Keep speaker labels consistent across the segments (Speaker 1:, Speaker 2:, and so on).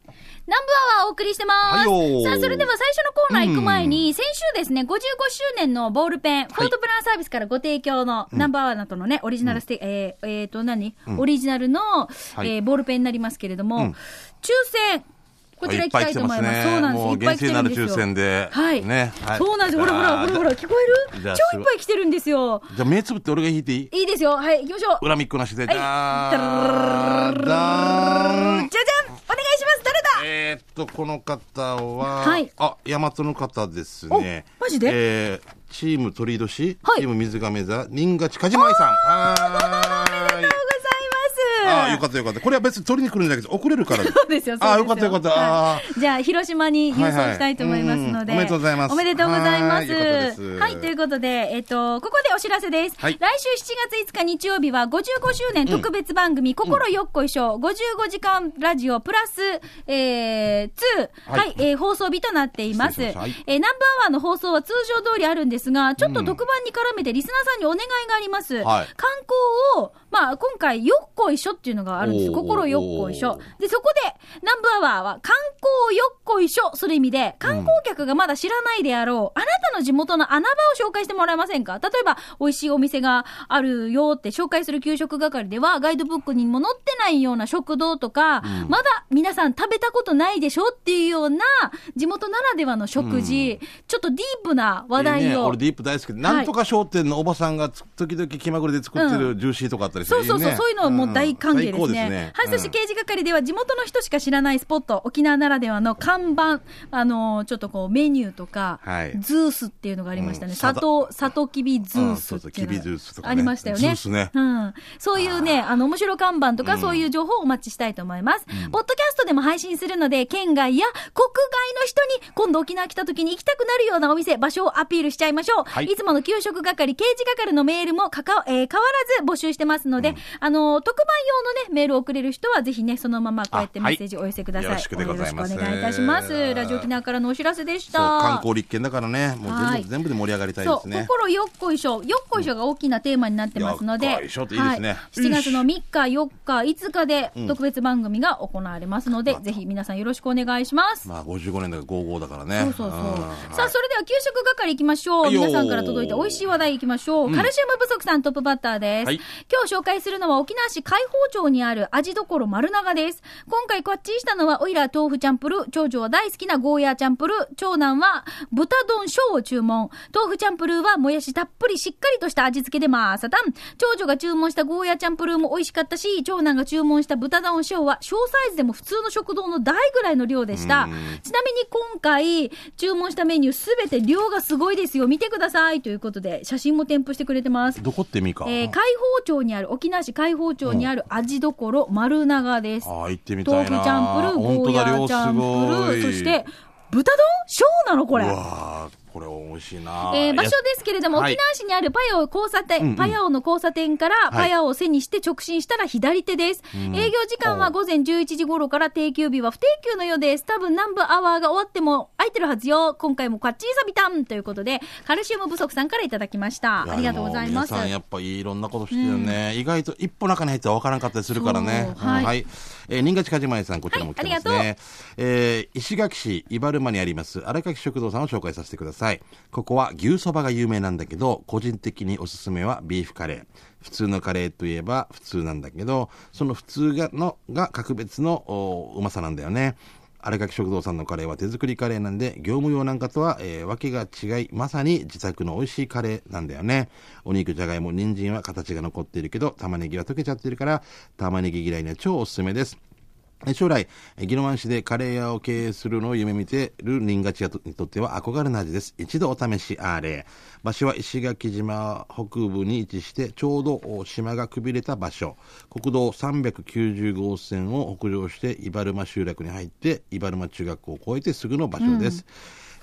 Speaker 1: 南部アワーお送りしてます。
Speaker 2: はいよー
Speaker 1: さあ、それでは最初のコーナー行く前に、先週ですね、55周年のボールペン、フォートプランサービスからご提供の、ナンバーワーなどのね、オリジナルステ、えーえーと、何、オリジナルの、
Speaker 2: い
Speaker 1: えーボールペンになりますけれども、
Speaker 2: うん
Speaker 1: 抽選、こちら行
Speaker 2: いっ
Speaker 1: き
Speaker 2: ぱ
Speaker 1: た
Speaker 2: い
Speaker 1: い
Speaker 2: 来て
Speaker 1: と思
Speaker 2: ま
Speaker 1: い
Speaker 2: す
Speaker 1: ます。そう
Speaker 2: ね。
Speaker 1: なんです。い
Speaker 2: も
Speaker 1: うっぱい
Speaker 2: 厳
Speaker 1: 来てる
Speaker 2: 正なんる
Speaker 1: ですよ。
Speaker 2: 抽選で。
Speaker 1: はい。
Speaker 2: ね。はい
Speaker 1: そうなんです。ほらほらほらほら、聞こえる
Speaker 2: じ
Speaker 1: 超
Speaker 2: ゃあ
Speaker 1: いっぱい来てるんですよ。
Speaker 2: じゃあ目つぶって俺が引いていい
Speaker 1: いいですよ。はい、行きましょう。
Speaker 2: 恨みっこなしで。じゃ
Speaker 1: は
Speaker 2: あ、
Speaker 1: い
Speaker 2: だーん
Speaker 1: じゃじゃんお願いします誰だ
Speaker 2: えーっと、この方は、
Speaker 1: はい
Speaker 2: あ、大和の方ですね。
Speaker 1: おマジで
Speaker 2: えーチーム鳥年、
Speaker 1: はい
Speaker 2: チーム水亀座、人勝ちかじまいさん。はー
Speaker 1: お
Speaker 2: い。あ
Speaker 1: は
Speaker 2: あ、
Speaker 1: ようござい
Speaker 2: よ
Speaker 1: ます
Speaker 2: かったよかった。これは別に取りに来るんじゃなくて、遅れるからです。
Speaker 1: そうですよ、そうですよ。
Speaker 2: あーよかったよかった
Speaker 1: は
Speaker 2: あ
Speaker 1: いじゃあ、広島に郵送したいと思いますので。
Speaker 2: はいはいうんおめでとうございます
Speaker 1: おめでとうございま
Speaker 2: はい
Speaker 1: す。
Speaker 2: よかったです
Speaker 1: はい、ということで、えっと、ここでお知らせです。
Speaker 2: はい
Speaker 1: 来週7月5日日曜日は、55周年特別番組、心よっこいしょ、55時間ラジオプラス、えー、2、
Speaker 2: は
Speaker 1: は
Speaker 2: い
Speaker 1: い、えー放送日となっています。
Speaker 2: 失礼しましたはい
Speaker 1: えーナンバーワンの放送は通常通りあるんですが、ちょっと特番に絡めてリスナーさんにお願いがあります。
Speaker 2: はい
Speaker 1: 観光を、まあ、今回、よっこいしょっていうのがあるんです。
Speaker 2: おー
Speaker 1: 心よっこいしょ。で、そこで、ナンバーワーは、観光よっこいしょする意味で、観光客がまだ知らないであろう、あなたの地元の穴場を紹介してもらえませんか例えば、美味しいお店があるよって紹介する給食係では、ガイドブックにも載ってないような食堂とか、まだ皆さん食べたことないでしょっていうような、地元ならではの食事、ちょっとディープな話
Speaker 2: いい
Speaker 1: 題
Speaker 2: ね、
Speaker 1: を。
Speaker 2: 俺ディープ大好きで、なんとか商店のおばさんがつ時々気まぐれで作って
Speaker 1: う
Speaker 2: るジューシーとかあったりして、
Speaker 1: そうそうそう、
Speaker 2: ね
Speaker 1: そういうのはもう大歓迎ですね。
Speaker 2: 最高ですね。
Speaker 1: はい、そして
Speaker 2: うん
Speaker 1: 刑事係では地元の人しか知らないスポット、沖縄ならではの看板、あのーちょっとこうメニューとか、
Speaker 2: はい
Speaker 1: ズースっていうのがありましたね。
Speaker 2: うん
Speaker 1: 砂糖、砂糖きびズースっていうのが
Speaker 2: うんそうそうきびズースとかね
Speaker 1: ありましたよね。
Speaker 2: ズースね
Speaker 1: うん。そういうね、あの、面白看板とか、そういう情報をお待ちしたいと思います。ポッドキャストでも配信するので、県外や国外の人に、今度沖縄来た時に行きたくなるようなお店、場所をアピールしちゃいましょう。
Speaker 2: はい
Speaker 1: いつもの給食係、刑事係のメールもかか、えー変わらず募集してますので、あの、特番用のね、メールを送れる人は、ぜひね、そのままこうやって
Speaker 2: あ
Speaker 1: メ
Speaker 2: はい
Speaker 1: ッセージお寄せください。
Speaker 2: よろしくでございます
Speaker 1: よろしくお願いいたします。ラジオ沖縄からのお知らせでし
Speaker 2: そ
Speaker 1: た。
Speaker 2: う観光立県だからね、もう全部,、
Speaker 1: はい
Speaker 2: 全部で盛り上がりたいで
Speaker 1: そ
Speaker 2: す
Speaker 1: う、
Speaker 2: ね。
Speaker 1: 心よっこいしょ。よっこいしょが大きなテーマになってますので。
Speaker 2: よっこいしょっていいですね
Speaker 1: は7月の3日、4日、5日で特別番組が行われますので、ぜひ皆さんよろしくお願いします。
Speaker 2: まあ55年だから55だからね。
Speaker 1: そうそうそう。
Speaker 2: ん
Speaker 1: さあ、それでは給食係行きましょう。
Speaker 2: はいよー
Speaker 1: 皆さんから届いた美味しい話題行きましょう。カルシウム不足さんトップバッターです。
Speaker 2: はい
Speaker 1: 今日紹介するのは沖縄市海宝町にある味どころ丸長です。今回こっちしたのは、おいら豆腐チャンプルー、長女は大好きなゴーヤーチャンプルー、長男は豚丼小を注文。豆腐チャンプルーはもやしたっぷりしっかりとした味付けでまーさたん。長女が注文したゴーヤーチャンプルーも美味しかったし、長男が注文した豚丼小は小サイズでも普通の食堂の大ぐらいの量でした。ちなみに今回、注文したメニューすべて量がすごいですよ。見てください。ということで、写真も添付してくれてます。
Speaker 2: どこってみか。
Speaker 1: えー、海宝町にある、沖縄市海宝町にある味どころ丸長です。
Speaker 2: ああ、行ってみたい
Speaker 1: 豆
Speaker 2: な。
Speaker 1: 腐チャンプルー、
Speaker 2: 本
Speaker 1: ゴ
Speaker 2: 当
Speaker 1: ーヤ
Speaker 2: だ、
Speaker 1: ー
Speaker 2: 量
Speaker 1: チャンプ
Speaker 2: すご
Speaker 1: ル
Speaker 2: い。
Speaker 1: ー、そして、豚丼小なのこれ。
Speaker 2: うわーこれ美味しいな。
Speaker 1: えー場所ですけれども、
Speaker 2: はい
Speaker 1: 沖縄市にあるパヤオ交差点、
Speaker 2: うんうん
Speaker 1: パヤオの交差点から、パヤオを背にして直進したら左手です。営業時間は午前11時頃から定休日は不定休のようです。多分南部アワーが終わっても空いてるはずよ。今回もカッチリサビタンということで、カルシウム不足さんからいただきました。
Speaker 2: や
Speaker 1: ありがとうござい
Speaker 2: でも
Speaker 1: ます。
Speaker 2: 皆さんやっぱりいろんなことしてるよね。意外と一歩中に入ったら分からんかったりするからね。
Speaker 1: そうはい
Speaker 2: うんえー、新勝かじまえさん、こちらも来てますね。
Speaker 1: はいあり
Speaker 2: えー石垣市茨間にあります、荒垣食堂さんを紹介させてください。ここは牛そばが有名なんだけど、個人的におすすめはビーフカレー。普通のカレーといえば普通なんだけど、その普通が、の、が格別のおうまさなんだよね。荒垣食堂さんのカレーは手作りカレーなんで、業務用なんかとは、えー、わけが違い、まさに自作の美味しいカレーなんだよね。お肉、じゃがいも、人参は形が残っているけど、玉ねぎは溶けちゃってるから、玉ねぎ嫌いには超おすすめです。え将来、え宜野湾市でカレー屋を経営するのを夢見てる人勝ち屋にとっては憧れの味です。一度お試しあれ。場所は石垣島北部に位置して、ちょうどお島がくびれた場所。国道390号線を北上して、伊原間集落に入って、伊原間中学校を越えてすぐの場所です。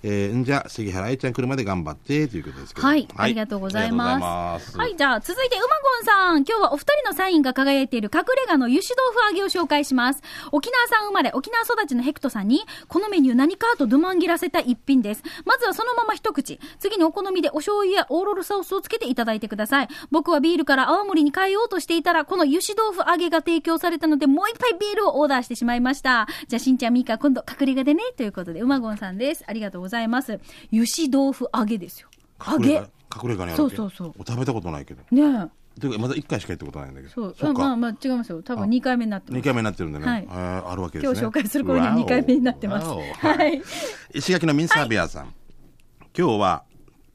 Speaker 2: えーんじゃ、杉原愛ちゃん来るまで頑張って、ということですけど。
Speaker 1: はい、ありがとうござい
Speaker 2: あ
Speaker 1: ま。
Speaker 2: りがとうございます
Speaker 1: はい、じゃあ続いて、うまごんさん。今日はお二人のサインが輝いている隠れ家の油脂豆腐揚げを紹介します。沖縄産生まれ、沖縄育ちのヘクトさんに、このメニュー何かとどまん切らせた一品です。まずはそのまま一口。次にお好みでお醤油やオーロルソースをつけていただいてください。僕はビールから泡盛に変えようとしていたら、この油脂豆腐揚げが提供されたので、もう一杯ビールをオーダーしてしまいました。じゃあ、しんちゃん、みーか、今度隠れ家でね。ということで、うまごんさんです。ありがとうございます。油脂豆腐揚げですよ。揚
Speaker 2: 隠れ
Speaker 1: げ
Speaker 2: 家。隠れ家にあるわけ
Speaker 1: そうそうそう
Speaker 2: 俺食べたことないけど。
Speaker 1: ねえ
Speaker 2: ていうか、まだ1回しかやったことないんだけど。
Speaker 1: そう
Speaker 2: そっ
Speaker 1: まあ
Speaker 2: か。
Speaker 1: まあ違いますよ多分2回目になってま
Speaker 2: 2
Speaker 1: す
Speaker 2: 回目になってるんだね。
Speaker 1: はい
Speaker 2: えーあるわけです
Speaker 1: 今
Speaker 2: ね。
Speaker 1: 日紹介する頃には
Speaker 2: わお
Speaker 1: 2回目になってます
Speaker 2: わお
Speaker 1: は
Speaker 2: はい
Speaker 1: い
Speaker 2: 石垣のミンサービアさん、今日は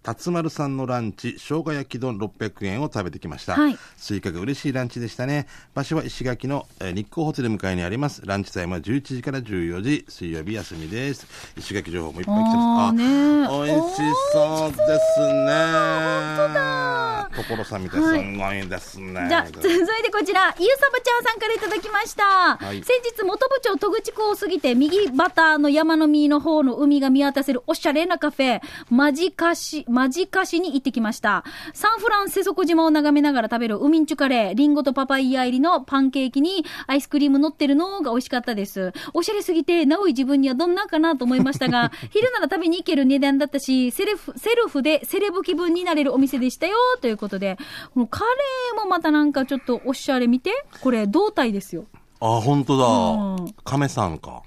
Speaker 2: 辰丸さんのランチ生姜焼き丼600円を食べてきました、
Speaker 1: はい
Speaker 2: スイカが嬉しいランチでしたね場所は石垣の、えー日光ホテル向かいにありますランチタイムは11時から14時水曜日休みです石垣情報もいっぱい来て
Speaker 1: あー
Speaker 2: ます
Speaker 1: ね
Speaker 2: あ
Speaker 1: ー
Speaker 2: 美味しそうですね本当だ所さんみたい
Speaker 1: は
Speaker 2: す
Speaker 1: い
Speaker 2: ごいですね、
Speaker 1: じゃあ続いてこちら、ゆうさぶちゃんさんからいただきました。
Speaker 2: はい
Speaker 1: 先日、元部長戸口港を過ぎて、右バターの山の実の方の海が見渡せるおしゃれなカフェ、マジカシ、マジカシに行ってきました。サンフランセソコ島を眺めながら食べるウミンチュカレー、リンゴとパパイヤ入りのパンケーキにアイスクリーム乗ってるのが美味しかったです。おしゃれすぎて、なおい自分にはどんなかなと思いましたが、 昼なら食べに行ける値段だったし、セルフ、セルフでセレブ気分になれるお店でしたよ、ということで、このカレーもまたなんかちょっとおしゃれ見て、これ胴体ですよ。
Speaker 2: あ、本当だ。
Speaker 1: うん
Speaker 2: 亀さんか。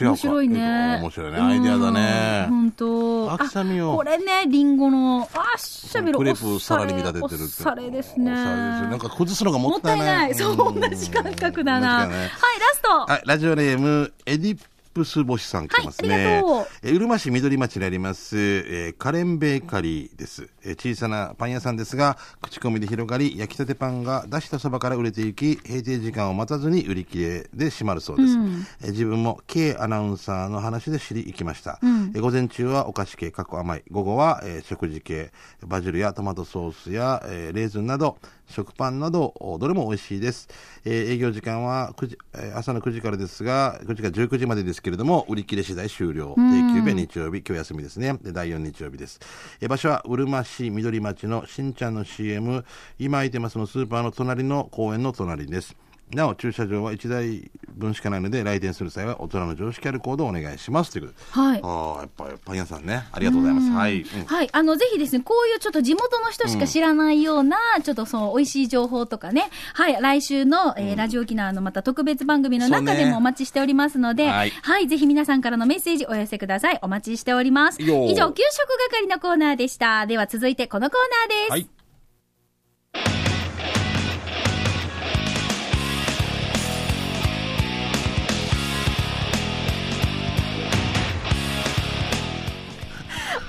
Speaker 2: 違うか。
Speaker 1: 面白いね。
Speaker 2: 面白いね。アイデアだね。
Speaker 1: 本当。あ
Speaker 2: 秋雨よ
Speaker 1: これね、リンゴの、あっしゃべる
Speaker 2: クレープさらに見立ててるって。
Speaker 1: おしゃれですね。
Speaker 2: おしゃれですよなんか崩すのがも
Speaker 1: もっ
Speaker 2: った
Speaker 1: た
Speaker 2: い
Speaker 1: い
Speaker 2: な。
Speaker 1: ないい。そうう、
Speaker 2: ん
Speaker 1: 同じ感覚だな。は
Speaker 2: 同
Speaker 1: い、
Speaker 2: じだ
Speaker 1: ラ
Speaker 2: ね
Speaker 1: スト。
Speaker 2: はい、ラジオネーム、エディプス星さん来てますね。
Speaker 1: はいありがとう
Speaker 2: えーうるま市緑町にあります、えーカレンベーカリーです、えー小さなパン屋さんですが、口コミで広がり、焼きたてパンが出したそばから売れていき、閉店時間を待たずに売り切れで閉まるそうです。えー自分も K アナウンサーの話で知り行きました。えー午前中はお菓子系、過去甘い。午後は、えー食事系、バジルやトマトソースや、えーレーズンなど、食パンなど、おどれも美味しいです。えー営業時間は9時、えー朝の9時からですが、9時から19時までですけれども、売り切れ次第終了。定休日は日曜日、今日休みですね。で、第4日曜日です。えー場所は、うるま市緑町のしんちゃんの CM、今空いてますのスーパーの隣の公園の隣です。なお、駐車場は1台分しかないので、来店する際は大人の常識ある行動をお願いします。ということで。
Speaker 1: はい
Speaker 2: ああ、やっぱりパン屋さんね。ありがとうございます。はい。うん
Speaker 1: はい、あの、ぜひですね、こういうちょっと地元の人しか知らないような、ちょっとその美味しい情報とかね、はい、来週の、えーラジオ沖縄のまた特別番組の
Speaker 2: そう
Speaker 1: 中
Speaker 2: ね
Speaker 1: でもお待ちしておりますので、
Speaker 2: はい
Speaker 1: はい、ぜひ皆さんからのメッセージお寄せください。お待ちしております。以
Speaker 2: よー
Speaker 1: 上、給食係のコーナーでした。では続いてこのコーナーです。
Speaker 2: はい。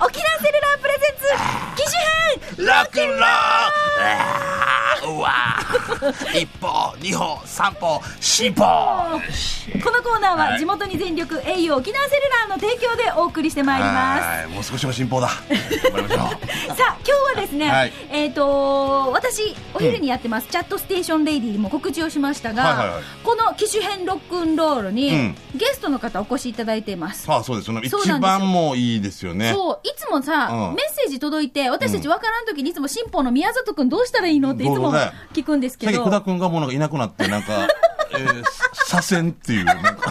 Speaker 1: 沖縄セルラープレゼンツ、機種編
Speaker 2: ラクンローあーうわー一歩二歩三歩四歩
Speaker 1: このコーナー
Speaker 2: は
Speaker 1: はい地元に全力、栄誉沖縄セルラーの提供でお送りしてまいります。
Speaker 2: はいもう少しの進歩だ頑張りましょ
Speaker 1: さあ今日はですね、
Speaker 2: はい
Speaker 1: えっ、と私お昼にやってます、チャットステーションレディーも告知をしましたが、
Speaker 2: はいはいはい
Speaker 1: この機種編ロックンロールに、
Speaker 2: うん
Speaker 1: ゲストの方お越しいただいています。
Speaker 2: うああそうですその一
Speaker 1: そうなんですよ
Speaker 2: 番もういいですよね
Speaker 1: そういつもさ、
Speaker 2: うん
Speaker 1: メッセージ届いて私たちわからん時にいつも新報の宮里君どうしたらいいのっていつ
Speaker 2: どう
Speaker 1: も
Speaker 2: ぞね
Speaker 1: 聞くんですけ
Speaker 2: 最近
Speaker 1: ど、
Speaker 2: 久田君がもうなんかいなくなってなん か、えー、左遷っていうなんか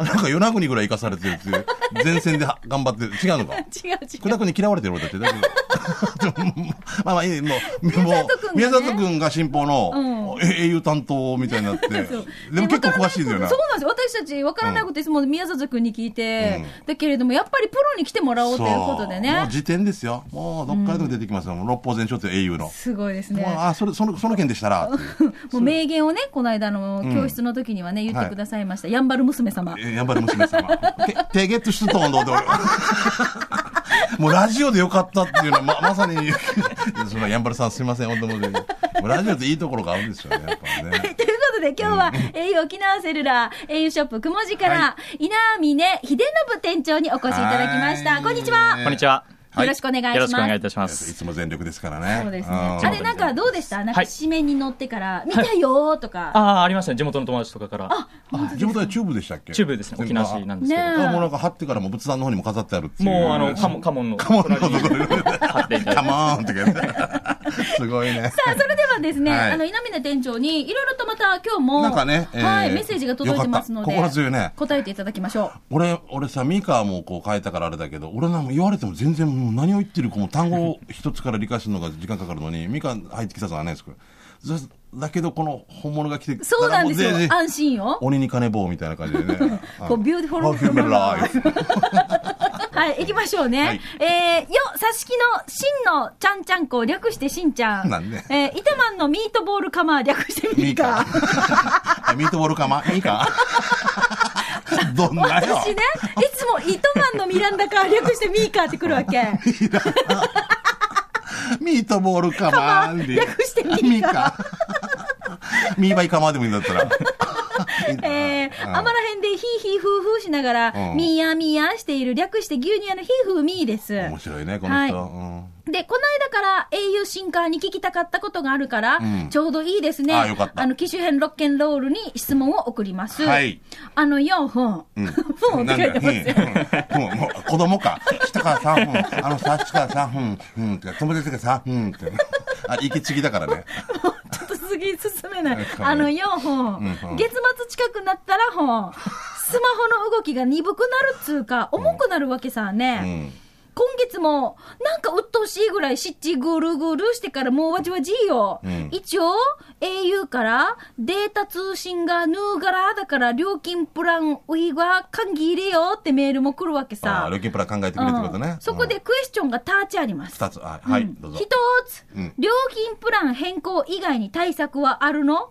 Speaker 2: なんか与那国ぐらい生かされてるっていう前線では頑張ってる違うのか
Speaker 1: 違う違う
Speaker 2: 久田君に嫌われてる俺だってだけど まあまあいいもうもう宮
Speaker 1: 宮里君が
Speaker 2: 里
Speaker 1: ね
Speaker 2: 君が新報の、え英雄担当みたいになってで
Speaker 1: そう
Speaker 2: も結構詳しいんだよ
Speaker 1: わからなこ
Speaker 2: な
Speaker 1: とそうなんですよ私たちわからないこといつも宮里君に聞いて、だけれどもやっぱりプロに来てもらおうということで
Speaker 2: そうも
Speaker 1: ね
Speaker 2: う辞典ですよ。もうどっからでも出てきますよ。もう六法全書っていう英雄の。も
Speaker 1: すごいです
Speaker 2: う
Speaker 1: ね
Speaker 2: あ、それ、その、その件でしたらっていう、
Speaker 1: もう名言をね、この間の教室の時にはね、言ってくださいました。やんばる娘様。
Speaker 2: えーやっぱり娘様。け手ゲットしとんどうでも もうラジオでよかったっていうのは、ま、まさに、そのやんばるさんすみません、本当に。もうラジオっていいところがあるんですよね、やっぱり ね。
Speaker 1: ということで、今日は、au 沖縄セルラー、au ショップくもじから、稲峰秀信店長にお越しいただきまし
Speaker 2: は
Speaker 1: た。
Speaker 2: い
Speaker 1: こんにちは。
Speaker 3: こんにちは。
Speaker 1: よろしくお願いします。
Speaker 3: よろしくお願いいたしま
Speaker 2: い
Speaker 3: す。
Speaker 2: つも全力ですからね。
Speaker 1: そうですね。
Speaker 2: ん
Speaker 1: あれなんかどうでしたなんか
Speaker 3: はい
Speaker 1: 締めに乗ってから、見たよーとか。
Speaker 3: ああ、ありましたね。地元の友達とかから。
Speaker 2: 地元はチューブでしたっけ
Speaker 3: 中部ですね。沖縄市なんですけ
Speaker 1: ね
Speaker 3: ど。
Speaker 2: あもうなんか貼ってからも仏壇の方にも飾ってあるっていう。
Speaker 3: もう、あ の、カモン、カモンの。カ
Speaker 2: モンのところに
Speaker 3: 貼っていただ
Speaker 2: カ
Speaker 3: い
Speaker 2: モ
Speaker 3: て。
Speaker 2: ーンって感じ。すごいね。
Speaker 1: さあ、それではですね、
Speaker 2: はい
Speaker 1: あの、稲峰店長に、いろいろとまた今日も、
Speaker 2: なんかね、えー
Speaker 1: はい、メッセージが届いてますので、
Speaker 2: よかった心強いね。
Speaker 1: 答えていただきましょ
Speaker 2: 俺、俺さ、ミカもこう変えたからあれだけど、俺なんか言われても全然もう何を言ってるかもう単語を一つから理解するのが時間かかるのに、ミカ入ってきたじゃないですか。だだけどこの本物が来て、
Speaker 1: う。そうなんですよ
Speaker 2: だからもう全。然
Speaker 1: 安心よ。
Speaker 2: 鬼に金棒みたいな感じでね。
Speaker 1: こう、ビューティフォル
Speaker 2: How you been
Speaker 1: はい
Speaker 2: alive？
Speaker 1: はい、行きましょうね。
Speaker 2: はい
Speaker 1: えー、よ、さしきの、しんの、ちゃんちゃんこ、略してしんちゃん。
Speaker 2: なんで
Speaker 1: えー、イタマンのミートボールカマー、略してミー
Speaker 2: ミ
Speaker 1: カ
Speaker 2: カ
Speaker 1: ー。。
Speaker 2: あミートボールカマミカ どんなよ。
Speaker 1: 私ね、いつもイトマンのミランダカー、略してミーカーって来るわけ。
Speaker 2: ミートボールカマー
Speaker 1: 略してミーカ
Speaker 2: ミカ。ミーバイカマでもいいんだったら。
Speaker 1: えー、あまらへんでヒーヒーフーフーしながら
Speaker 2: う、ん
Speaker 1: ミーヤーミーヤーしている、略して牛乳屋のヒーフーミーです。
Speaker 2: 面白いね、この人。うん
Speaker 1: で、この間から英雄新刊に聞きたかったことがあるから、
Speaker 2: うん
Speaker 1: ちょうどいいですね。
Speaker 2: あよかった
Speaker 1: の、機種編ロッケンロールに質問を送ります。
Speaker 2: はい。
Speaker 1: あの、4本。
Speaker 2: うん
Speaker 1: 本って書いてますよ。
Speaker 2: うんうんもう子供か。下から3分。あのさ、下から3分。うん。ってか友達が3分。って。あ、息継ぎだからね。
Speaker 1: ちょっと次進めない。
Speaker 2: はい
Speaker 1: あの4本、
Speaker 2: うんうん
Speaker 1: 月末近くなったら本。スマホの動きが鈍くなるっつうか、重くなるわけさね。
Speaker 2: うん。
Speaker 1: 今月も、なんか鬱陶しいぐらい、しっちぐるぐるしてからもうわじわじいよ。
Speaker 2: うん
Speaker 1: 一応、au から、データ通信がヌーガラだから、料金プラン、ウィが歓喜入れよってメールも来るわけ
Speaker 2: あ
Speaker 1: さ。
Speaker 2: ー、料金プラン考えてくれってこと
Speaker 1: う
Speaker 2: ね
Speaker 1: ん。そこ
Speaker 2: う
Speaker 1: で
Speaker 2: ん。
Speaker 1: クエスチョンがターチあります。
Speaker 2: 2つ。あはい、
Speaker 1: うん
Speaker 2: どうぞ
Speaker 1: 一。つ、
Speaker 2: うん
Speaker 1: 料金プラン変更以外に対策はあるの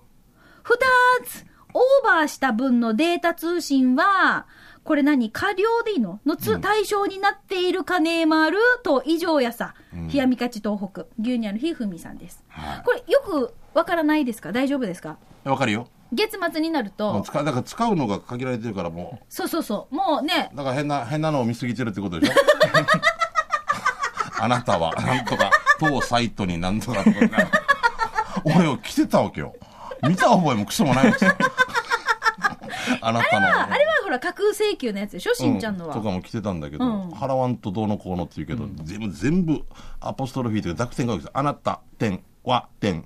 Speaker 1: 二つ、オーバーした分のデータ通信は、これ何過料でいいののつ、対象になっているかねまると以上やさ。冷やみかち東北、牛乳屋のひふみさんです。
Speaker 2: はい
Speaker 1: これよくわからないですか大丈夫ですか
Speaker 2: わかるよ。
Speaker 1: 月末になる
Speaker 2: も
Speaker 1: と、
Speaker 2: う使う、だから使うのが限られてるからも
Speaker 1: そうそうそう、もうね
Speaker 2: う、、だから変な、変なのを見すぎてるってことでしょ あなたは、なんとか、当サイトになんとかとかね。俺を着てたわけよ。見た覚えもクソもないんですよ。 あなたの。
Speaker 1: ああれはほら架空請求のやつでしょしんちゃんのは。
Speaker 2: とかも着てたんだけど、
Speaker 1: うん
Speaker 2: 払わんとどうのこうのって言うけど、全部、全部、アポストロフィーというか濁点が多いです。あなた、点、は、点、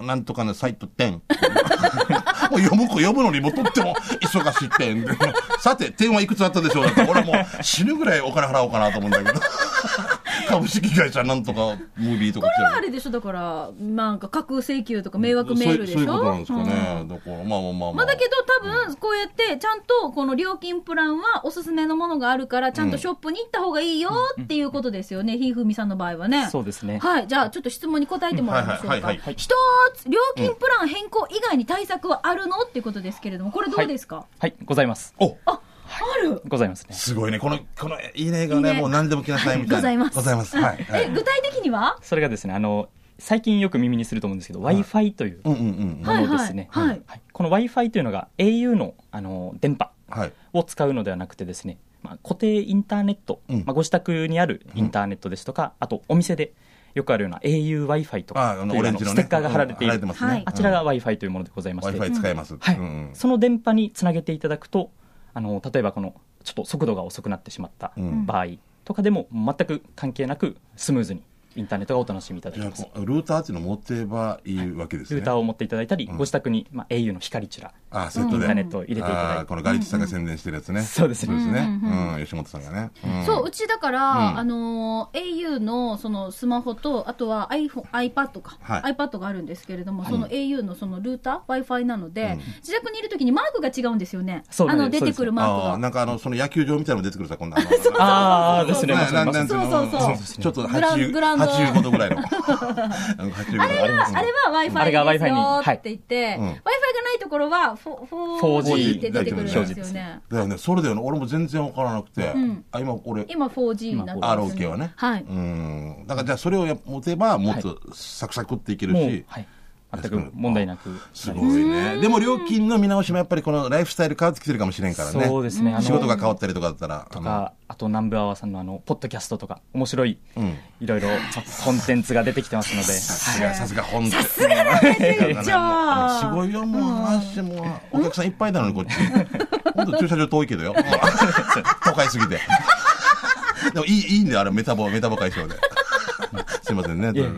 Speaker 2: なんとかのサイト、点。も う読む子読むのにもとっても忙しい点。 さて、点はいくつあったでしょうだって、俺はもう死ぬぐらいお金払おうかなと思うんだけど。 株式会社なんとかムービーとか
Speaker 1: これはあ
Speaker 2: れ
Speaker 1: れでしょだから、なんか架空請求とか迷惑メールでしょ
Speaker 2: そういうことなんですかね。
Speaker 1: うん
Speaker 2: だから、まあまあまあ、
Speaker 1: まあ、だけど多分こうやってちゃんとこの料金プランはおすすめのものがあるからちゃんとショップに行った方がいいよっていうことですよね、ひふみさんの場合はね。
Speaker 3: そうですね。
Speaker 1: はい、じゃあちょっと質問に答えてもらいましょう
Speaker 2: はいは
Speaker 1: か
Speaker 2: いはいはい。
Speaker 1: 一つ、料金プラン変更以外に対策はあるのっていうことですけれども、これどうですか、
Speaker 3: はい、ございます。
Speaker 2: お
Speaker 1: ある
Speaker 3: ございますね。
Speaker 2: すごいね。この、この、いいねがね、
Speaker 1: いいね
Speaker 2: もう何でも来なさいみたいな。
Speaker 1: ございます
Speaker 2: ございます。はい。はい
Speaker 1: え、具体的には
Speaker 3: それがですね、あの、最近よく耳にすると思うんですけど、Wi-Fi という
Speaker 2: うんうんうん。
Speaker 3: ものですね。
Speaker 1: はいはいはい
Speaker 3: はいこの Wi-Fi というのが au のあの電波
Speaker 2: はい。
Speaker 3: を使うのではなくてですね、まあ、固定インターネット、
Speaker 2: うん
Speaker 3: まあ、ご自宅にあるインターネットですとか、あとお店でよくあるような auWi-Fi と
Speaker 2: あ
Speaker 3: か、
Speaker 2: あ
Speaker 3: と
Speaker 2: の
Speaker 3: いう
Speaker 2: オレ
Speaker 3: あ
Speaker 2: ン
Speaker 3: の
Speaker 2: ジの
Speaker 3: ス
Speaker 2: ね。
Speaker 3: テッカーが貼られてい
Speaker 2: うん貼
Speaker 3: る、
Speaker 2: ますね
Speaker 1: はい
Speaker 3: あちらが
Speaker 2: うん
Speaker 3: Wi-Fi というものでございまして、
Speaker 2: Wi-Fi 使えます。
Speaker 3: はい
Speaker 2: うんうん
Speaker 3: その電波につなげていただくとあの例えばこのちょっと速度が遅くなってしまった
Speaker 2: うん
Speaker 3: 場合とかでも全く関係なくスムーズにインターネットがお楽しみいただ
Speaker 2: じ
Speaker 3: け
Speaker 2: ゃあ
Speaker 3: ます
Speaker 2: こうルーターっていうのを持ってればいいわけですね。
Speaker 3: ルーターを持っていただいたり、
Speaker 2: ん
Speaker 3: ご自宅に、まあ、au の光チュラ
Speaker 2: ああ、セット
Speaker 3: イン
Speaker 2: で。
Speaker 3: ターネットを入れていただ
Speaker 2: あ
Speaker 3: い
Speaker 2: あ
Speaker 3: て、
Speaker 2: このガリッチさんが宣伝してるやつね。
Speaker 3: そうですね
Speaker 2: そうですね。
Speaker 1: うんうん
Speaker 2: うん。吉本さんがね。ん
Speaker 1: そう、うちだから、
Speaker 2: うん
Speaker 1: あのー、au のそのスマホと、あとは iPhone、iPad か、
Speaker 2: はい
Speaker 1: iPad があるんですけれども、その au のそのルーター、Wi-Fi なので、
Speaker 2: うん
Speaker 1: 自宅にいるときにマークが違うんですよね。
Speaker 3: そう
Speaker 1: あ
Speaker 3: なんです
Speaker 1: の、出てくるマ
Speaker 2: あ
Speaker 1: ー
Speaker 2: あ、
Speaker 1: クが。
Speaker 2: なんかあの、その野球場みたいなのも出てくるさ、こんなの。
Speaker 3: ああですね
Speaker 2: な
Speaker 3: まさ
Speaker 2: な
Speaker 3: に
Speaker 2: なんていの
Speaker 1: そうそうそう
Speaker 2: ちょっと
Speaker 1: グラングラウンド
Speaker 2: 85度ぐら いの。あの85度ありますね
Speaker 1: あれは Wi-Fi
Speaker 3: あれが
Speaker 1: です
Speaker 3: Wi-Fi に
Speaker 1: よ
Speaker 3: は
Speaker 1: ー
Speaker 3: い
Speaker 1: って言って、
Speaker 2: うん
Speaker 1: Wi-Fi がないところは 4G っ
Speaker 3: 4G
Speaker 1: て出てくるん
Speaker 2: 表
Speaker 1: です
Speaker 3: 示
Speaker 1: よ
Speaker 3: です
Speaker 1: ね。
Speaker 2: だよね。それだよね。俺も全然わからなくて
Speaker 1: ん。
Speaker 2: あ、今俺、
Speaker 1: 今 4G になってます、ね。
Speaker 2: ROK はね。
Speaker 1: はい。
Speaker 2: うん。だからじゃあそれをや持てば、もっとサクサクっていける
Speaker 3: も
Speaker 2: し
Speaker 3: う、はい全く問題なくなります
Speaker 2: すごいね。でも料金の見直しもやっぱりこのライフスタイル変わってきてるかもしれんからね。
Speaker 3: そうですねあの
Speaker 2: 仕事が変わったりとかだったら。
Speaker 3: とか、あと南部アワーさんのあのポッドキャストとか面白い、
Speaker 2: ん
Speaker 3: いろいろコンテンツが出てきてますので
Speaker 2: さすが、さすが本当さす
Speaker 1: がだね店長
Speaker 2: すごいよ、もう、話してもう、お客さんいっぱいなのに、こっち。本当駐車場遠いけどよ。都会すぎて。でもいい、いいんだよ、あれ、メタボ、メタボ解消で。すいませんね。
Speaker 1: ま
Speaker 3: え
Speaker 1: あで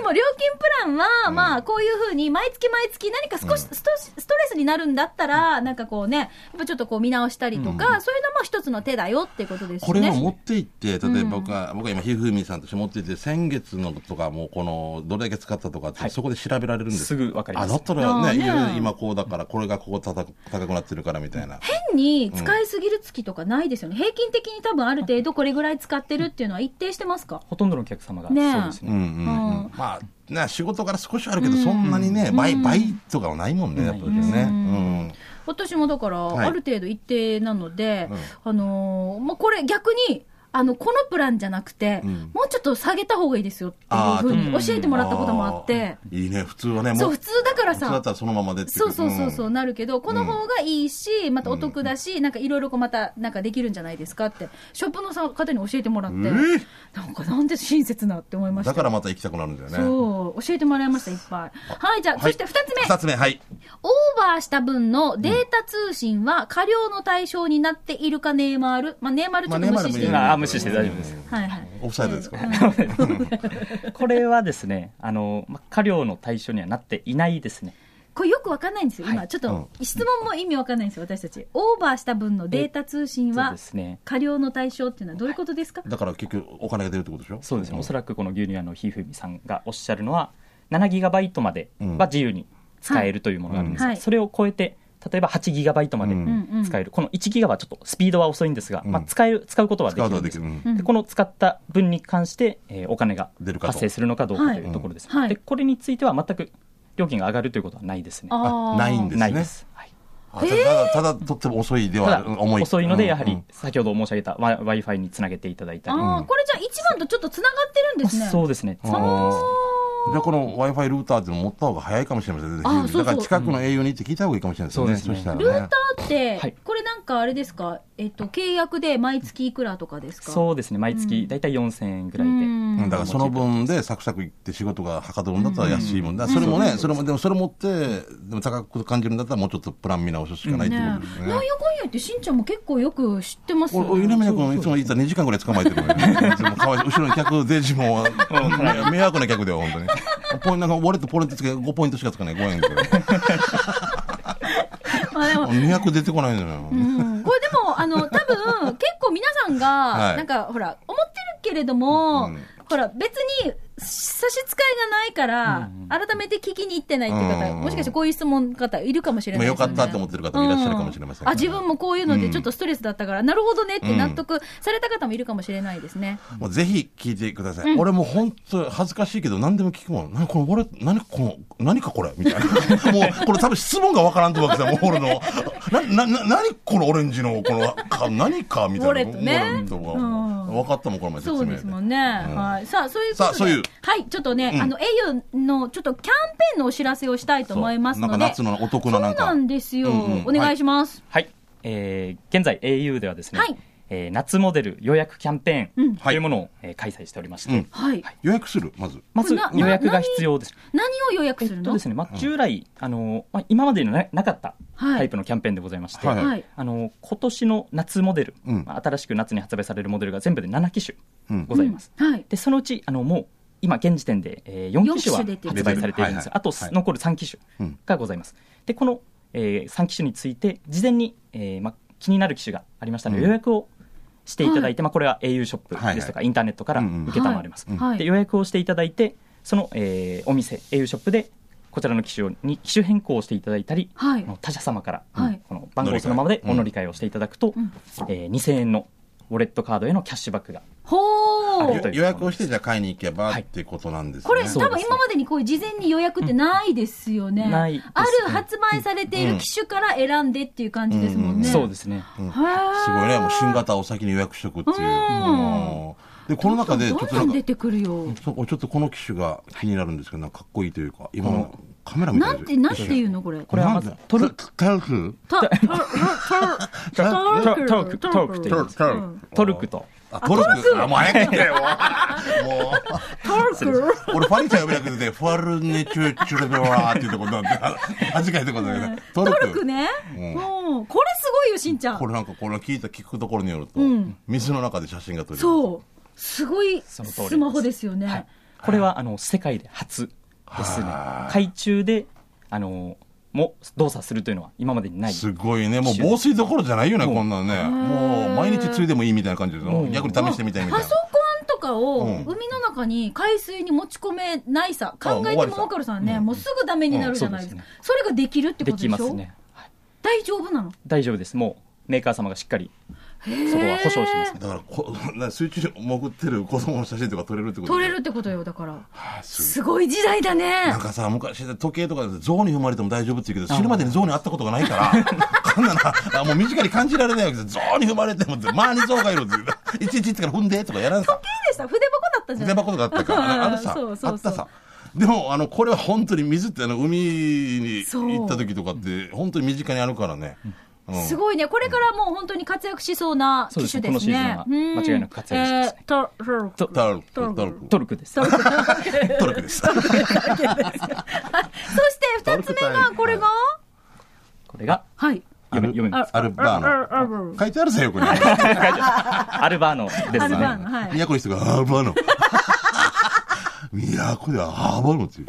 Speaker 1: も料金プランは、まあこういうふうに毎月毎月何か少しストストレスになるんだったら、なんかこうね、やっぱちょっとこう見直したりとか、そういうのも一つの手だよっていうことです
Speaker 2: こ
Speaker 1: よ
Speaker 2: れ
Speaker 1: ね。
Speaker 2: を持って行って、例えば僕は、僕は今、ひふみさんとして持って行って、先月のとか、もうこの、どれだけ使ったとかって、
Speaker 3: はい
Speaker 2: そこで調べられるんです
Speaker 3: すぐわかり
Speaker 2: あ、
Speaker 3: ます
Speaker 2: だった
Speaker 1: あ
Speaker 2: ら
Speaker 1: ー
Speaker 2: ね、
Speaker 1: ね
Speaker 2: いろいろ今こうだから、これがここ高く高くなってるからみたいな。
Speaker 1: 変に使いすぎる月とかないですよね。平均的に多分ある程度これぐらい使ってるっていうのは一定してますか
Speaker 3: ほとんどのお客様がそう
Speaker 1: ねえ
Speaker 3: です
Speaker 2: うん
Speaker 3: ね
Speaker 2: うんうん
Speaker 1: うん
Speaker 2: まあ、ね、仕事から少しあるけど、
Speaker 1: うん
Speaker 2: そんなにね、倍、
Speaker 1: うん
Speaker 2: 倍とかはないもんね、やっぱりね。うん
Speaker 1: 私もだから、
Speaker 2: はい
Speaker 1: ある程度一定なので、
Speaker 2: うん
Speaker 1: あのーまあ、これ逆に、あの、このプランじゃなくて、
Speaker 2: うん
Speaker 1: もうちょっと下げた方がいいですよっていうふう
Speaker 3: あー
Speaker 1: に教えてもらったこともあって、
Speaker 2: ーいいね、普通はね、
Speaker 1: そう、
Speaker 2: もう、
Speaker 1: 普
Speaker 2: 普
Speaker 1: 通だから
Speaker 2: 通だ
Speaker 1: さ
Speaker 2: っ、たらそのままでってい
Speaker 1: そうそうそうそう、
Speaker 2: ん
Speaker 1: なるけど、この方がいいし、またお得だし、なんかいろいろこうまた、なんかできるんじゃないですかって、ショップのさ方に教えてもらって、
Speaker 2: えー
Speaker 1: なんかなんで親切なって思いました。
Speaker 2: だからまた行きたくなるんだよね。
Speaker 1: そう、教えてもらいました、いっぱい。はい、じゃあ、そして二つ目。
Speaker 2: 二つ目、はい。
Speaker 1: オーバーした分のデータ通信は過料の対象になっているかネイマール。まあ、ネイマールちょっと無視していい、
Speaker 3: まあ無視して大丈夫です。
Speaker 1: はいはい。
Speaker 2: オフサイドですか
Speaker 1: えー
Speaker 3: これはですねあの、まあ、過料の対象にはなっていないですね
Speaker 1: これよくわかんないんですよ。今、ちょっと、質問も意味わかんないんですよ、私たち。オーバーした分のデータ通信
Speaker 3: そう
Speaker 1: は
Speaker 3: ですね
Speaker 1: 過料の対象っていうのはどういうことですか
Speaker 2: だから結局、お金が出るってことでしょ
Speaker 3: そうですね、おそらくこの牛乳屋のひふみさんがおっしゃるのは7ギガバイトまでは自由に使えるというものがあるんですが、
Speaker 1: はい
Speaker 3: それを超えて例えば8ギガバイトまで
Speaker 2: うん
Speaker 1: うん
Speaker 3: 使える、この1ギガはちょっとスピードは遅いんですが、
Speaker 2: うん
Speaker 3: まあ、使える使うことはで
Speaker 2: 使
Speaker 3: き
Speaker 2: うと
Speaker 3: る
Speaker 2: は
Speaker 3: ん
Speaker 2: でき
Speaker 3: です
Speaker 2: る。うん
Speaker 1: うん
Speaker 3: でこの使った分に関して、えーお金が
Speaker 2: 出るかと
Speaker 3: 発生するのかどうか
Speaker 1: はい
Speaker 3: というところです、
Speaker 1: うんはい
Speaker 3: でこれについては全く料金が上がるということはないですね。
Speaker 1: あー
Speaker 2: ないんですね
Speaker 3: ないです、はい
Speaker 2: あただ、ただ、とっても遅いでは
Speaker 3: た
Speaker 2: あ
Speaker 3: だ
Speaker 2: る、重い。
Speaker 3: 遅いので、やは
Speaker 2: う
Speaker 3: り
Speaker 2: ん
Speaker 3: 先ほど申し上げた w i f i につなげていただいたり、ま
Speaker 1: ああ、これじゃあ一番とちょっとつながってるん
Speaker 3: あ
Speaker 1: ですね。
Speaker 3: そうですね、
Speaker 2: ん
Speaker 1: あ
Speaker 2: じゃあこの Wi-Fi ルーターっていうの持った方が早いかもしれませんね。
Speaker 1: あそうそう
Speaker 2: だから近くの au に行って聞いた方がいいかもしれないですよね。
Speaker 3: うんそうですね
Speaker 2: した
Speaker 1: ール
Speaker 2: ら
Speaker 1: ー
Speaker 2: ね
Speaker 1: タ。ーって、
Speaker 3: はい
Speaker 1: これなんかあれですかえっと、契約で毎月いくらとかですか
Speaker 3: そうですね、毎月大体4000円ぐらいで、
Speaker 1: うん
Speaker 2: うんだからその分でサクサク行って仕事がはかどるんだったら安いもんだ。それもね、それも、でもそれ持って、でも高く感じるんだったらもうちょっとプラン見直すしかないっていうことです
Speaker 1: なんやかん
Speaker 2: ね。
Speaker 1: や言ってしんちゃんも結構よく知ってますよ
Speaker 2: おお稲宮君いつも言ったら2時間ぐらい捕まえてるのよね。いつもかわいそう後ろに客、デジも、うん迷惑な客だよ、本当に。ポイント、なんか、ウォレット、ポイントつけ、5ポイントしかつかない、5円とか。
Speaker 1: まあでも、
Speaker 2: 200出てこないのよ。
Speaker 1: うんこれでも、あの、多分、結構皆さんが、
Speaker 2: はい
Speaker 1: なんか、ほら、思ってるけれども、
Speaker 2: うん
Speaker 1: ほら、別に、差し支えがないから、改めて聞きに行ってないっていう方、
Speaker 2: うん
Speaker 1: もしかしてこういう質問の方いるかもしれない
Speaker 2: まあ
Speaker 1: で
Speaker 2: よ
Speaker 1: すね
Speaker 2: かったって思ってる方もいらっしゃるかもしれません
Speaker 1: う
Speaker 2: ね
Speaker 1: あ、自分もこういうのでちょっとストレスだったから、なるほどねって納得された方もいるかもしれないですね。
Speaker 2: もうぜひ聞いてください。俺もう本当恥ずかしいけど何でも聞くもん。何この俺、何この、何かこれみたいな。もうこれ多分質問がわからんと思ってた。もう俺の、な、な、な、何このオレンジの、この、か何かみたいな。
Speaker 1: ウォレットね
Speaker 2: ウォレットが
Speaker 1: うん
Speaker 2: 分かったもん、この前説明
Speaker 1: そうですもんね。
Speaker 2: うん
Speaker 1: はい。さあ、そういうことで。
Speaker 2: さあそういう
Speaker 1: はい、ちょっとね、
Speaker 2: うん
Speaker 1: あの、au のちょっとキャンペーンのお知らせをしたいと思いますので。
Speaker 2: そうなんか夏のお得ななんか
Speaker 1: そうなんですよ。
Speaker 2: うんうん
Speaker 1: お願いします。
Speaker 3: はい、えー現在 au ではですね、
Speaker 1: はい
Speaker 3: えー夏モデル予約キャンペー
Speaker 1: うん
Speaker 3: ンというものを、えー開催しておりまして、
Speaker 2: うん
Speaker 1: はい。
Speaker 2: 予約するまず。
Speaker 3: まず
Speaker 1: これなな
Speaker 3: 予約が必要です。
Speaker 1: 何を予約
Speaker 3: えっ
Speaker 1: する
Speaker 3: と
Speaker 1: の、
Speaker 3: ですね、まあ、従来、あのまあ、今までにななかった
Speaker 1: はい
Speaker 3: タイプのキャンペーンでございまして、
Speaker 2: はい
Speaker 1: はい。
Speaker 3: あの今年の夏モデル、
Speaker 2: うん
Speaker 3: まあ新しく夏に発売されるモデルが全部で7機種
Speaker 2: うん
Speaker 3: ございます。
Speaker 1: うんはい。
Speaker 3: でそのうちあのもう今現時点で、えー、4機種は
Speaker 1: 四機種出てる
Speaker 3: 発売されているんです
Speaker 2: 出てるはいはい
Speaker 3: があと、
Speaker 2: はい
Speaker 3: 残る3機種
Speaker 2: うん
Speaker 3: がございます。でこの、えー、3機種について事前に、えーま、気になる機種がありましたので、
Speaker 2: うん
Speaker 3: 予約をしていただいて、ま、これは au ショップですとか、インターネットから
Speaker 2: うんうん
Speaker 3: 承ります、
Speaker 1: はいはい
Speaker 3: で予約をしていただいてその、えーお店 au ショップでこちらの機種に機種変更をしていただいたり、
Speaker 1: はい
Speaker 3: あの他社様から、
Speaker 1: はい
Speaker 3: この番号そのままでお乗り換えをしていただくと、
Speaker 1: うん
Speaker 3: えー2000円のウォレットカードへのキャッシュバックが
Speaker 1: ほ
Speaker 3: あ
Speaker 1: ー
Speaker 3: りがとう。
Speaker 2: 予約をして、じゃあ買いに行けば
Speaker 3: はい
Speaker 2: ってことなんですね。
Speaker 1: これ、
Speaker 3: そう
Speaker 1: 多分今までにこういう事前に予約ってないですよね。
Speaker 3: うんないですね
Speaker 1: ある発売されている機種から選んでっていう感じですもんね。
Speaker 3: そうですね。
Speaker 1: す。は
Speaker 2: すごいね。もう新型を先に予約しとくっていう。
Speaker 1: うん
Speaker 2: うんで、この中で、ち
Speaker 1: ど
Speaker 2: ょ
Speaker 1: ん
Speaker 2: っと
Speaker 1: ど
Speaker 2: なん
Speaker 1: ん
Speaker 2: か
Speaker 1: 出、てくるよ。
Speaker 2: そうちょっとこの機種が気になるんですけど、なんかかっこいいというか、今
Speaker 3: こ
Speaker 2: の
Speaker 3: の、
Speaker 2: カメラみた
Speaker 1: ないんて、なんて言うのこれ。
Speaker 3: これはまずトル
Speaker 2: タルク
Speaker 1: トルク
Speaker 3: トルク
Speaker 1: トルク
Speaker 3: トルクって言うんです
Speaker 2: トル
Speaker 3: トルクと
Speaker 2: あトルクあもう早く言ってよもう
Speaker 1: トルク
Speaker 2: 俺ファリちゃん呼べなくてファルネチュチュルベラーって言ったことなんで恥かいたことないな
Speaker 1: ト
Speaker 2: トル
Speaker 1: ル
Speaker 2: ク
Speaker 1: クね。うん。これすごいよ、しんちゃ
Speaker 2: こ
Speaker 1: ん。
Speaker 2: れなんかこれ聞いた聞くところによると、
Speaker 1: うん
Speaker 2: 水の中で写真が撮れる
Speaker 1: そう。すごい
Speaker 3: その通りです
Speaker 1: スマホですよ
Speaker 3: はい
Speaker 1: ね。、
Speaker 3: これはあの世界で初ですね
Speaker 2: は、い
Speaker 3: 海中であのも動作するというのは今までにない、
Speaker 2: すごいねもう防水どころじゃないよねこんなのねもう毎日ついでもいいみたいな感じで
Speaker 3: うん
Speaker 2: 逆に試してみたいみた
Speaker 1: パ
Speaker 2: いな
Speaker 1: ソコンとかを
Speaker 2: うん
Speaker 1: 海の中に海水に持ち込めないさ、考えても分かるさね、もうすぐダメになるじゃないですか。
Speaker 3: うん
Speaker 1: それができるってこ
Speaker 3: で
Speaker 1: とでし
Speaker 3: き
Speaker 1: ょ
Speaker 3: ますね、はい
Speaker 1: 大丈夫なの
Speaker 3: 大丈夫です、もうメーカー様がしっかりそこは保証してます、
Speaker 2: だからこ水中に潜ってる子供の写真とか撮れるってこと
Speaker 1: 取れるってことよ、だから。
Speaker 2: あす
Speaker 1: すごい時代だね
Speaker 2: なん。かさ昔時計とかで象に踏まれても大丈夫って言うけど死ぬまでに象に会ったことがな いからこんなのあもう身近に感じられないわけです象に踏まれても周りに象がいるっていちいちってから踏んでとかやらんさ
Speaker 1: いいでした筆箱だったじゃん。
Speaker 2: 出箱とかあったから ああるさ
Speaker 1: そうそうそう
Speaker 2: あったさでもあのこれは本当に水ってあの海に
Speaker 1: そう
Speaker 2: 行った時とかって本当に身近にあるからね、うん
Speaker 1: すごいね。これからもう本当に活躍しそうな機種ですね。
Speaker 3: そうですねこのシーズンは間違いなく活躍します
Speaker 1: う
Speaker 3: ね
Speaker 1: ん。えート
Speaker 3: ト
Speaker 2: タルク
Speaker 1: ト
Speaker 2: ト
Speaker 1: ル
Speaker 2: ル
Speaker 1: ク
Speaker 2: ク
Speaker 3: トルクです、
Speaker 1: トルクだけです
Speaker 2: トルクです
Speaker 1: そして二つ目が、これが
Speaker 3: これが
Speaker 1: はい。
Speaker 2: ア
Speaker 3: 読
Speaker 2: ル
Speaker 3: め読めます、
Speaker 2: アルバー
Speaker 1: アルバーノ
Speaker 2: ノ書いてあるぜよこに
Speaker 3: アルバーノですね、
Speaker 1: アルバーノはい
Speaker 2: 宮古の人がアルバーノ宮古でアルバーノっていう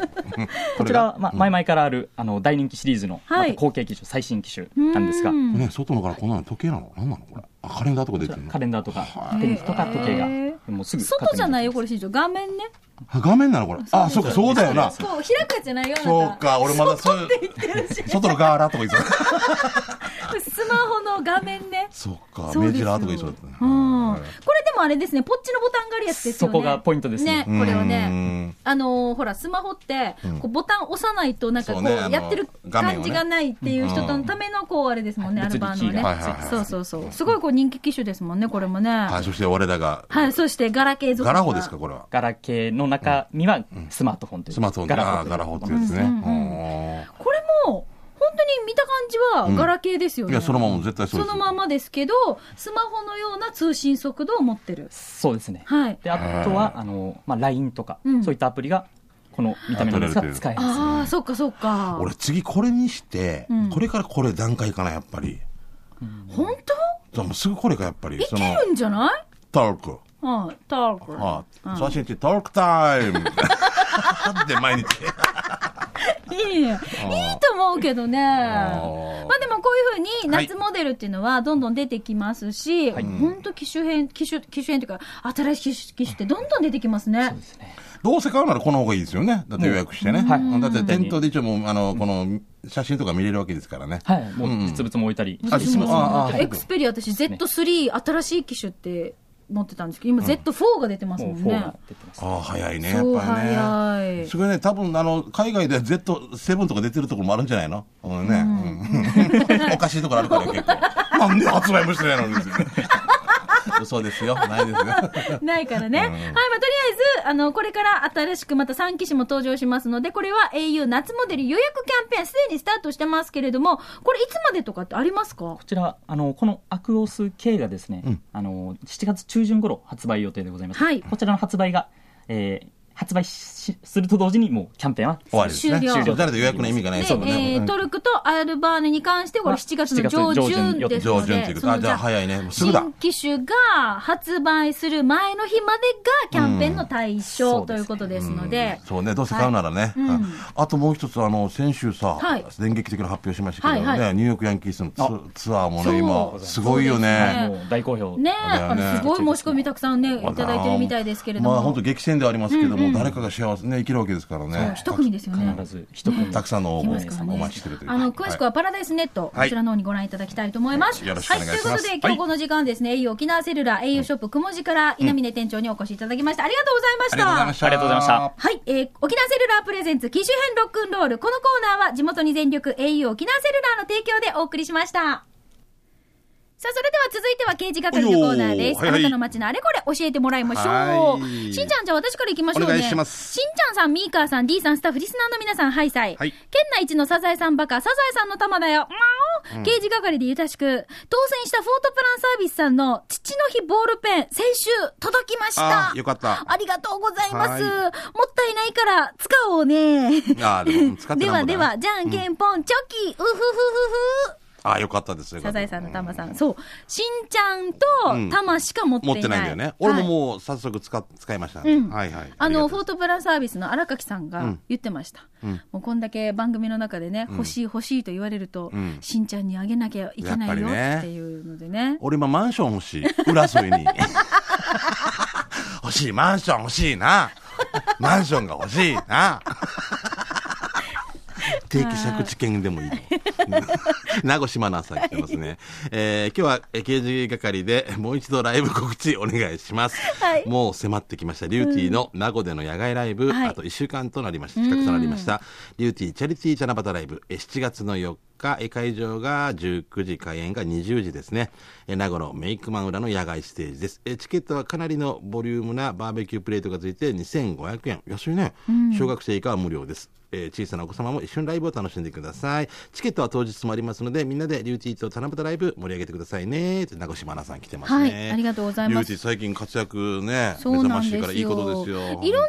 Speaker 3: こちらは、まあ、前々からあるあの大人気シリーズの、ま
Speaker 1: はい
Speaker 3: た後継機種、最新機種なんですが、
Speaker 1: うん
Speaker 2: ね外のからこんなの時計なの何なのこれあカレンダーとか出てるの
Speaker 3: カレンダーとか、ペンキとか時計が、もうすぐ
Speaker 1: 外じゃないよ、こ
Speaker 3: れ、
Speaker 1: れ、新庄。画面ね。
Speaker 2: あ画面なのこれあそうかそうだよな
Speaker 1: こう、開くやつじゃないよ、あなた
Speaker 2: そう。か俺まだそういう
Speaker 1: 言ってるし
Speaker 2: 外のガーラとか言ってた
Speaker 1: スマホの画面ね。
Speaker 2: そうか
Speaker 1: そう
Speaker 2: メ
Speaker 1: です
Speaker 2: ジ
Speaker 1: よ
Speaker 2: ラーとか言いそうだったね
Speaker 1: うん。これでもあれですね、ポッチのボタンがあるやつですよ
Speaker 3: そ
Speaker 1: ね。
Speaker 3: こがポイントですね
Speaker 1: これは
Speaker 2: う
Speaker 1: ね。
Speaker 2: ん
Speaker 1: あのーほら、スマホって、こうボタン押さないと、なんかこ、
Speaker 2: そううねあの
Speaker 1: やってる
Speaker 2: 画面をね
Speaker 1: 感じがないっていう人のための、こう、あれですもんね、
Speaker 3: うん
Speaker 1: アルバーノはね
Speaker 3: 物理キー
Speaker 2: はい
Speaker 3: が
Speaker 2: はいは。い
Speaker 1: そうそうそう。すごいこう人気機種ですもんね、これもね。
Speaker 2: はい、
Speaker 1: は
Speaker 2: そして我らが、
Speaker 1: い、そして、ガラケー族
Speaker 2: ガラホですか、これは。
Speaker 3: ガラケーの中身はスマートフォンという、
Speaker 2: スマートフォンで、ああー、ガラホっていうやつね。う
Speaker 1: これも、本当に見た感じは、ガラケーですよ
Speaker 2: んい
Speaker 1: ね。
Speaker 2: や、そのまま絶対そう
Speaker 1: そ
Speaker 2: で
Speaker 1: の
Speaker 2: す。
Speaker 1: ままですけど、スマホのような通信速度を持ってる。
Speaker 3: そうですね。
Speaker 1: はい。
Speaker 3: で、あとは、あの、まあ、LINE とか、
Speaker 1: うん
Speaker 3: そういったアプリが、この見た目なんですが
Speaker 2: あ取れるという
Speaker 3: 使えます。
Speaker 1: ああ、そっかそっか。
Speaker 2: 俺、次これにして、
Speaker 1: うん
Speaker 2: これからこれ段階かな、やっぱり。
Speaker 1: 本
Speaker 2: じゃあもうすぐこれか、やっぱり。
Speaker 1: 当
Speaker 2: そ
Speaker 1: いけ
Speaker 2: の、
Speaker 1: るんじゃない
Speaker 2: トルク。
Speaker 1: はい、ターク。
Speaker 2: ああ、写真ってトルクタ イム。って 毎日。
Speaker 1: いい、いいと思うけどね。まあでもこういうふうに
Speaker 2: はい
Speaker 1: 夏モデルっていうのはどんどん出てきますし、本当機種変、機種、機種変というか、新しい機種機種ってどんどん出てきますね。
Speaker 2: どうせ買うならこの方がいいですよね。だって予約してね。
Speaker 3: もうはい
Speaker 2: だって店頭で一応もう、あの、この、写真とか見れるわけですからね。
Speaker 3: はい、もう実物も置いたり。
Speaker 2: あ実物ああ
Speaker 1: エクスペリア私 Z3 新しい機種って持ってたんですけど、今 Z4 が出てます
Speaker 3: も
Speaker 1: も
Speaker 3: うん4
Speaker 1: ね
Speaker 3: が。出てます。
Speaker 2: ああ、早いね、やっぱり
Speaker 1: そう
Speaker 2: ね。
Speaker 1: 早い。
Speaker 2: すごいね、多分あの海外では Z7 とか出てるところもあるんじゃないの、うんねうん おかしいところあるから結構。なんで発売もしてないのに 嘘ですよ、ないですよ。
Speaker 1: ないからね。はい、まあ、とりあえず、あの、これから新しくまた3機種も登場しますので、これは au 夏モデル予約キャンペーン、すでにスタートしてますけれども、これいつまでとかってありますか
Speaker 3: こちら、あの、このアクオス K がですね、あの、7月中旬頃発売予定でございます。
Speaker 1: はい
Speaker 3: こちらの発売が、えー発売しすると同時にもうキャンペーンは
Speaker 2: 終わりですね。
Speaker 1: 終了
Speaker 2: そう誰で予約の意味がな
Speaker 1: で、え
Speaker 2: いですもんね。
Speaker 1: ートルクとアルバーヌに関して、これ
Speaker 3: は
Speaker 1: 7月の上旬ですので、
Speaker 2: 上旬ということ
Speaker 1: その
Speaker 2: あ、じゃあ早いね。もうすぐだ
Speaker 1: 新。機種が発売する前の日までがキャンペーンの対象
Speaker 3: うん
Speaker 1: ということですの
Speaker 2: うん
Speaker 1: で、
Speaker 2: そうね、どうせ買うならね。
Speaker 1: うん
Speaker 2: うんあともう一つ、あの、先週さ
Speaker 1: はい、
Speaker 2: 電撃的な発表しましたけど
Speaker 1: はいは
Speaker 2: ね、ニューヨークヤンキースのツツアーも
Speaker 1: そう
Speaker 2: ね、今、すごいよ
Speaker 1: そうです
Speaker 2: ね
Speaker 1: ね。
Speaker 3: もう大好評。
Speaker 1: ね
Speaker 2: だよね
Speaker 1: あのすごい申し込みたくさんね、いただいてるみたいですけれど
Speaker 2: ま
Speaker 1: も、
Speaker 2: あ本当激戦ではありますけども、誰かが幸せね、生きるわけですからね。
Speaker 1: 一組ですよね。
Speaker 3: 必ず一組、
Speaker 2: たくさんの応
Speaker 1: 来ますから
Speaker 2: 募
Speaker 1: ね
Speaker 2: をお待ちしてるという。
Speaker 1: あの詳しくはパラダイスネット、
Speaker 2: はい
Speaker 1: こちらの方にご覧いただきたいと思います。
Speaker 2: はいよろしくお願いします
Speaker 1: はい、ということで、今日この時間ですね、au 沖縄セルラー、au ショップくもじから、稲峰店長にお越しいただきました。ありがとうございました。
Speaker 3: ありがとうございました
Speaker 1: はい、えー、沖縄セルラープレゼンツ、機種編ロックンロール。このコーナーは地元に全力 au 沖縄セルラーの提供でお送りしました。さあ、それでは続いては刑事係のコーナーです。
Speaker 2: おいよーはいはい
Speaker 1: あなたの街のあれこれ教えてもらいましょう。
Speaker 2: はい
Speaker 1: しんちゃん、じゃあ私から行きましょうね。
Speaker 2: お願いします
Speaker 1: しんちゃんさん、ミーカーさん、D さん、スタッフ、リスナーの皆さん、ハイサイ。
Speaker 2: はい
Speaker 1: 県内一のサザエさんバカ、サザエさんの玉だよ。まお、刑事係でゆたしく、当選したフォートプランサービスさんの父の日ボールペン、先週届きました。
Speaker 2: あーよかった
Speaker 1: ありがとうございます。
Speaker 2: はい
Speaker 1: もったいないから、使おうね。
Speaker 2: ああ、でも使って
Speaker 1: で
Speaker 2: な
Speaker 1: はいでは、じゃんけんぽん、チョキ、うふふふふ。
Speaker 2: ああ、よかったですよ。
Speaker 1: サザエさんの
Speaker 2: 玉
Speaker 1: 玉さん。そう。しんちゃんと玉しか持ってい
Speaker 2: 持
Speaker 1: ない。
Speaker 2: ってないんだよね。俺も
Speaker 1: はい
Speaker 2: もう早速使っ使いました。
Speaker 1: うん
Speaker 2: はいはい。
Speaker 1: あ
Speaker 2: り
Speaker 1: の、
Speaker 2: が
Speaker 1: フ
Speaker 2: と
Speaker 1: ォー
Speaker 2: う
Speaker 1: トプランサービスの荒垣さん
Speaker 2: う
Speaker 1: が
Speaker 2: ん
Speaker 1: 言ってました。
Speaker 2: うん
Speaker 1: もうこんだけ番組の中でね、
Speaker 2: うん
Speaker 1: 欲しい欲しいと言われると、
Speaker 2: うん
Speaker 1: しんちゃんにあげなきゃいけないよっていうのでね。
Speaker 2: 俺今マンション欲しい。浦添に。 欲しい、マンション欲しいな。マンションが欲しい な。定期借地権でもいいの。名護島の朝来てますね。えー今日はえー刑事係でもう一度ライブ告知お願いします。
Speaker 1: はい
Speaker 2: もう迫ってきました。リューティーの名護での野外ライブ、
Speaker 1: はい
Speaker 2: あと1週間となりました。企画となりました。リューティーチャリティーチャナバタライブ、え7月の4日、え会場が19時、開演が20時ですね。え名護のメイクマン裏の野外ステージです。えチケットはかなりのボリュームなバーベキュープレートがついて2500円。安いね。小学生以下は無料です。えー小さなお子様も一緒にライブを楽しんでください。チケットは当日もありますので、みんなでリューティーと七夕ライブ盛り上げてくださいね。って名越真奈さん来てますね。
Speaker 1: はいありがとうございます
Speaker 2: リューティー最近活躍ね、
Speaker 1: そ
Speaker 2: 目
Speaker 1: う
Speaker 2: 覚
Speaker 1: な
Speaker 2: ま
Speaker 1: ん
Speaker 2: し
Speaker 1: で
Speaker 2: い
Speaker 1: すよ。
Speaker 2: からいいことですよ。
Speaker 1: いろんなリスナ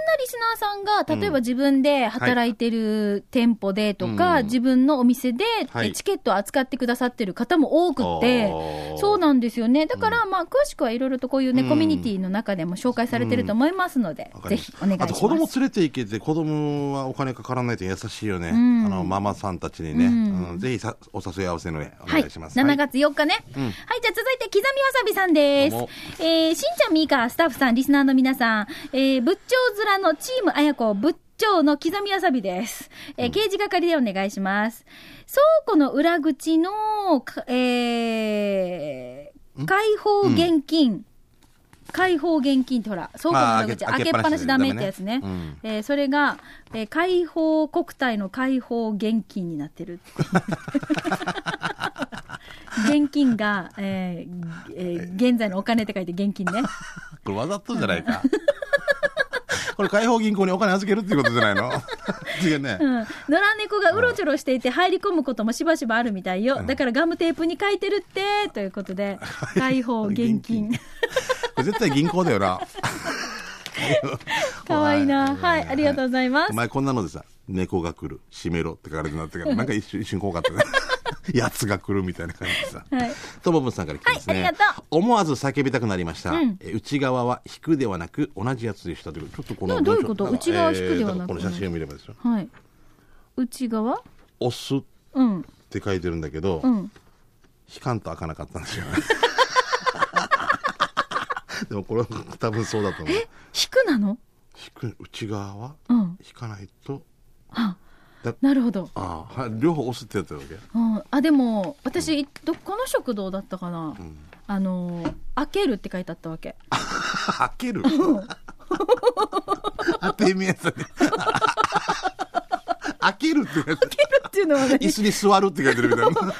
Speaker 1: ーさんが、例えば自分で働いてる店舗でとか、
Speaker 2: はいうん
Speaker 1: 自分のお店で、
Speaker 2: はい
Speaker 1: チケットを扱ってくださってる方も多くて
Speaker 2: お、ー
Speaker 1: そうなんですよね。だから、まあ、詳しくはいろいろとこういうね、
Speaker 2: うん
Speaker 1: コミュニティの中でも紹介されてると思いますので、
Speaker 2: わか
Speaker 1: ぜ
Speaker 2: り
Speaker 1: ひお願いしま
Speaker 2: あ
Speaker 1: す。
Speaker 2: と子供連れて行けて子供はお金かからないと優しいよね、
Speaker 1: ん
Speaker 2: あのママさんたちにね、
Speaker 1: うん
Speaker 2: うんぜひさお誘い合わせの上お
Speaker 1: は
Speaker 2: 願
Speaker 1: い、
Speaker 2: いします、
Speaker 1: 7
Speaker 2: はい
Speaker 1: 月4日ね。はい、じゃあ続いて、刻みわさびさんです
Speaker 2: どうも。
Speaker 1: えー、しんちゃん、みーか、スタッフさん、リスナーの皆さん、えー、仏頂面のチームあやこ、仏頂の刻みわさびです。えー、刑事係でお願いします。倉庫の裏口の、かえー、開放現金。開放現金ってほら、倉庫の
Speaker 2: まあ
Speaker 1: 裏口、
Speaker 2: 開
Speaker 1: 開
Speaker 2: け
Speaker 1: けっぱなしダメってやつね。
Speaker 2: ダメね
Speaker 1: えーそれが、えー開放国体の開放現金になってる。現金が、えーえー現在のお金って書いて現金ね。
Speaker 2: これわざとじゃないかこれ開放銀行にお金預けるっていうことじゃないの違うね、
Speaker 1: うん。野良猫がうろちょろしていて入り込むこともしばしばあるみたいよ。だからガムテープに書いてるって、ということ で、開放現金。
Speaker 2: これ絶対銀行だよな
Speaker 1: かわいいな。はい、ありがとうございます
Speaker 2: お。前こんなのでさ、猫が来る、閉めろって書かれてなってから、なんか一瞬、一瞬怖かったね。 やつが来るみたいな感じでさ。
Speaker 1: はい
Speaker 2: ともぶんさんから来てますね。
Speaker 1: はいありがと
Speaker 2: 思わず叫びたくなりました。
Speaker 1: うん
Speaker 2: え内側は引くではなく、同じやつでしたという。ちょっとこの
Speaker 1: などういうこと
Speaker 2: 文章
Speaker 1: 内側は引くではなく
Speaker 2: えーこの写真を見ればですよ。
Speaker 1: はい。内側
Speaker 2: 押すっ
Speaker 1: うん。
Speaker 2: て書いてるんだけど、
Speaker 1: うん。
Speaker 2: 引かんと開かなかったんですよ ね。でもこれは多分そうだと思う。引
Speaker 1: 引くなの
Speaker 2: く、内側は
Speaker 1: うん。
Speaker 2: 引かないと、
Speaker 1: あ
Speaker 2: だ
Speaker 1: なるほど。
Speaker 2: ああ、はい両方押すってやってるわけ。
Speaker 1: うん、あでも私、どこの食堂だったかな、あのー開けるって書いてあったわけ
Speaker 2: 開ける 当てみやつね。 開けるって書いてある
Speaker 1: 開けるっていうのは ね
Speaker 2: 椅
Speaker 1: ス
Speaker 2: 子に座るって書いてるみた いな。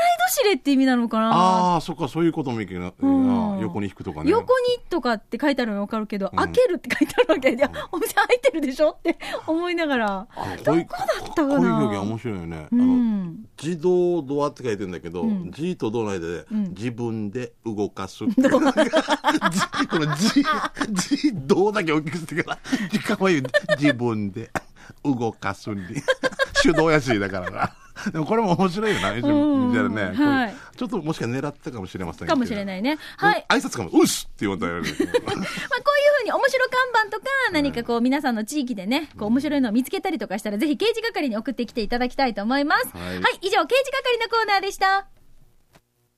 Speaker 1: ライド指令って意味なのかな
Speaker 2: ああ、そっか、そういうこともいいけどな、
Speaker 1: うん
Speaker 2: 横に引くとかね。
Speaker 1: 横にとかって書いてあるの分かるけど、
Speaker 2: ん
Speaker 1: 開けるって書いてあるわけで、お店開いてるでしょって思いながら
Speaker 2: あ
Speaker 1: どこだっ
Speaker 2: こ
Speaker 1: たかな
Speaker 2: こういう表現面白いよね。あ
Speaker 1: う
Speaker 2: の
Speaker 1: ん
Speaker 2: 自動ドアって書いてるんだけど、
Speaker 1: ん
Speaker 2: G とドアの間で、
Speaker 1: ん
Speaker 2: 自分で動かす。じ この G、G、ドアだけ大きくしてから、かわいい。自分で動かすに。手動やし、だからな。でもこれも面白いよな、見
Speaker 1: ん
Speaker 2: たらね。こう
Speaker 1: はい
Speaker 2: ちょっともしかしたら狙ったかもしれませんけど
Speaker 1: かもしれないねはい
Speaker 2: 挨拶かも、うっすって言われたらやるけど
Speaker 1: まあ、こういうふうに面白看板とか、何かこう、皆さんの地域でね、こう、面白いのを見つけたりとかしたら、ぜひ刑事係に送ってきていただきたいと思います。は、
Speaker 2: は
Speaker 1: 以
Speaker 2: いい
Speaker 1: 上、刑事係のコーナーでした。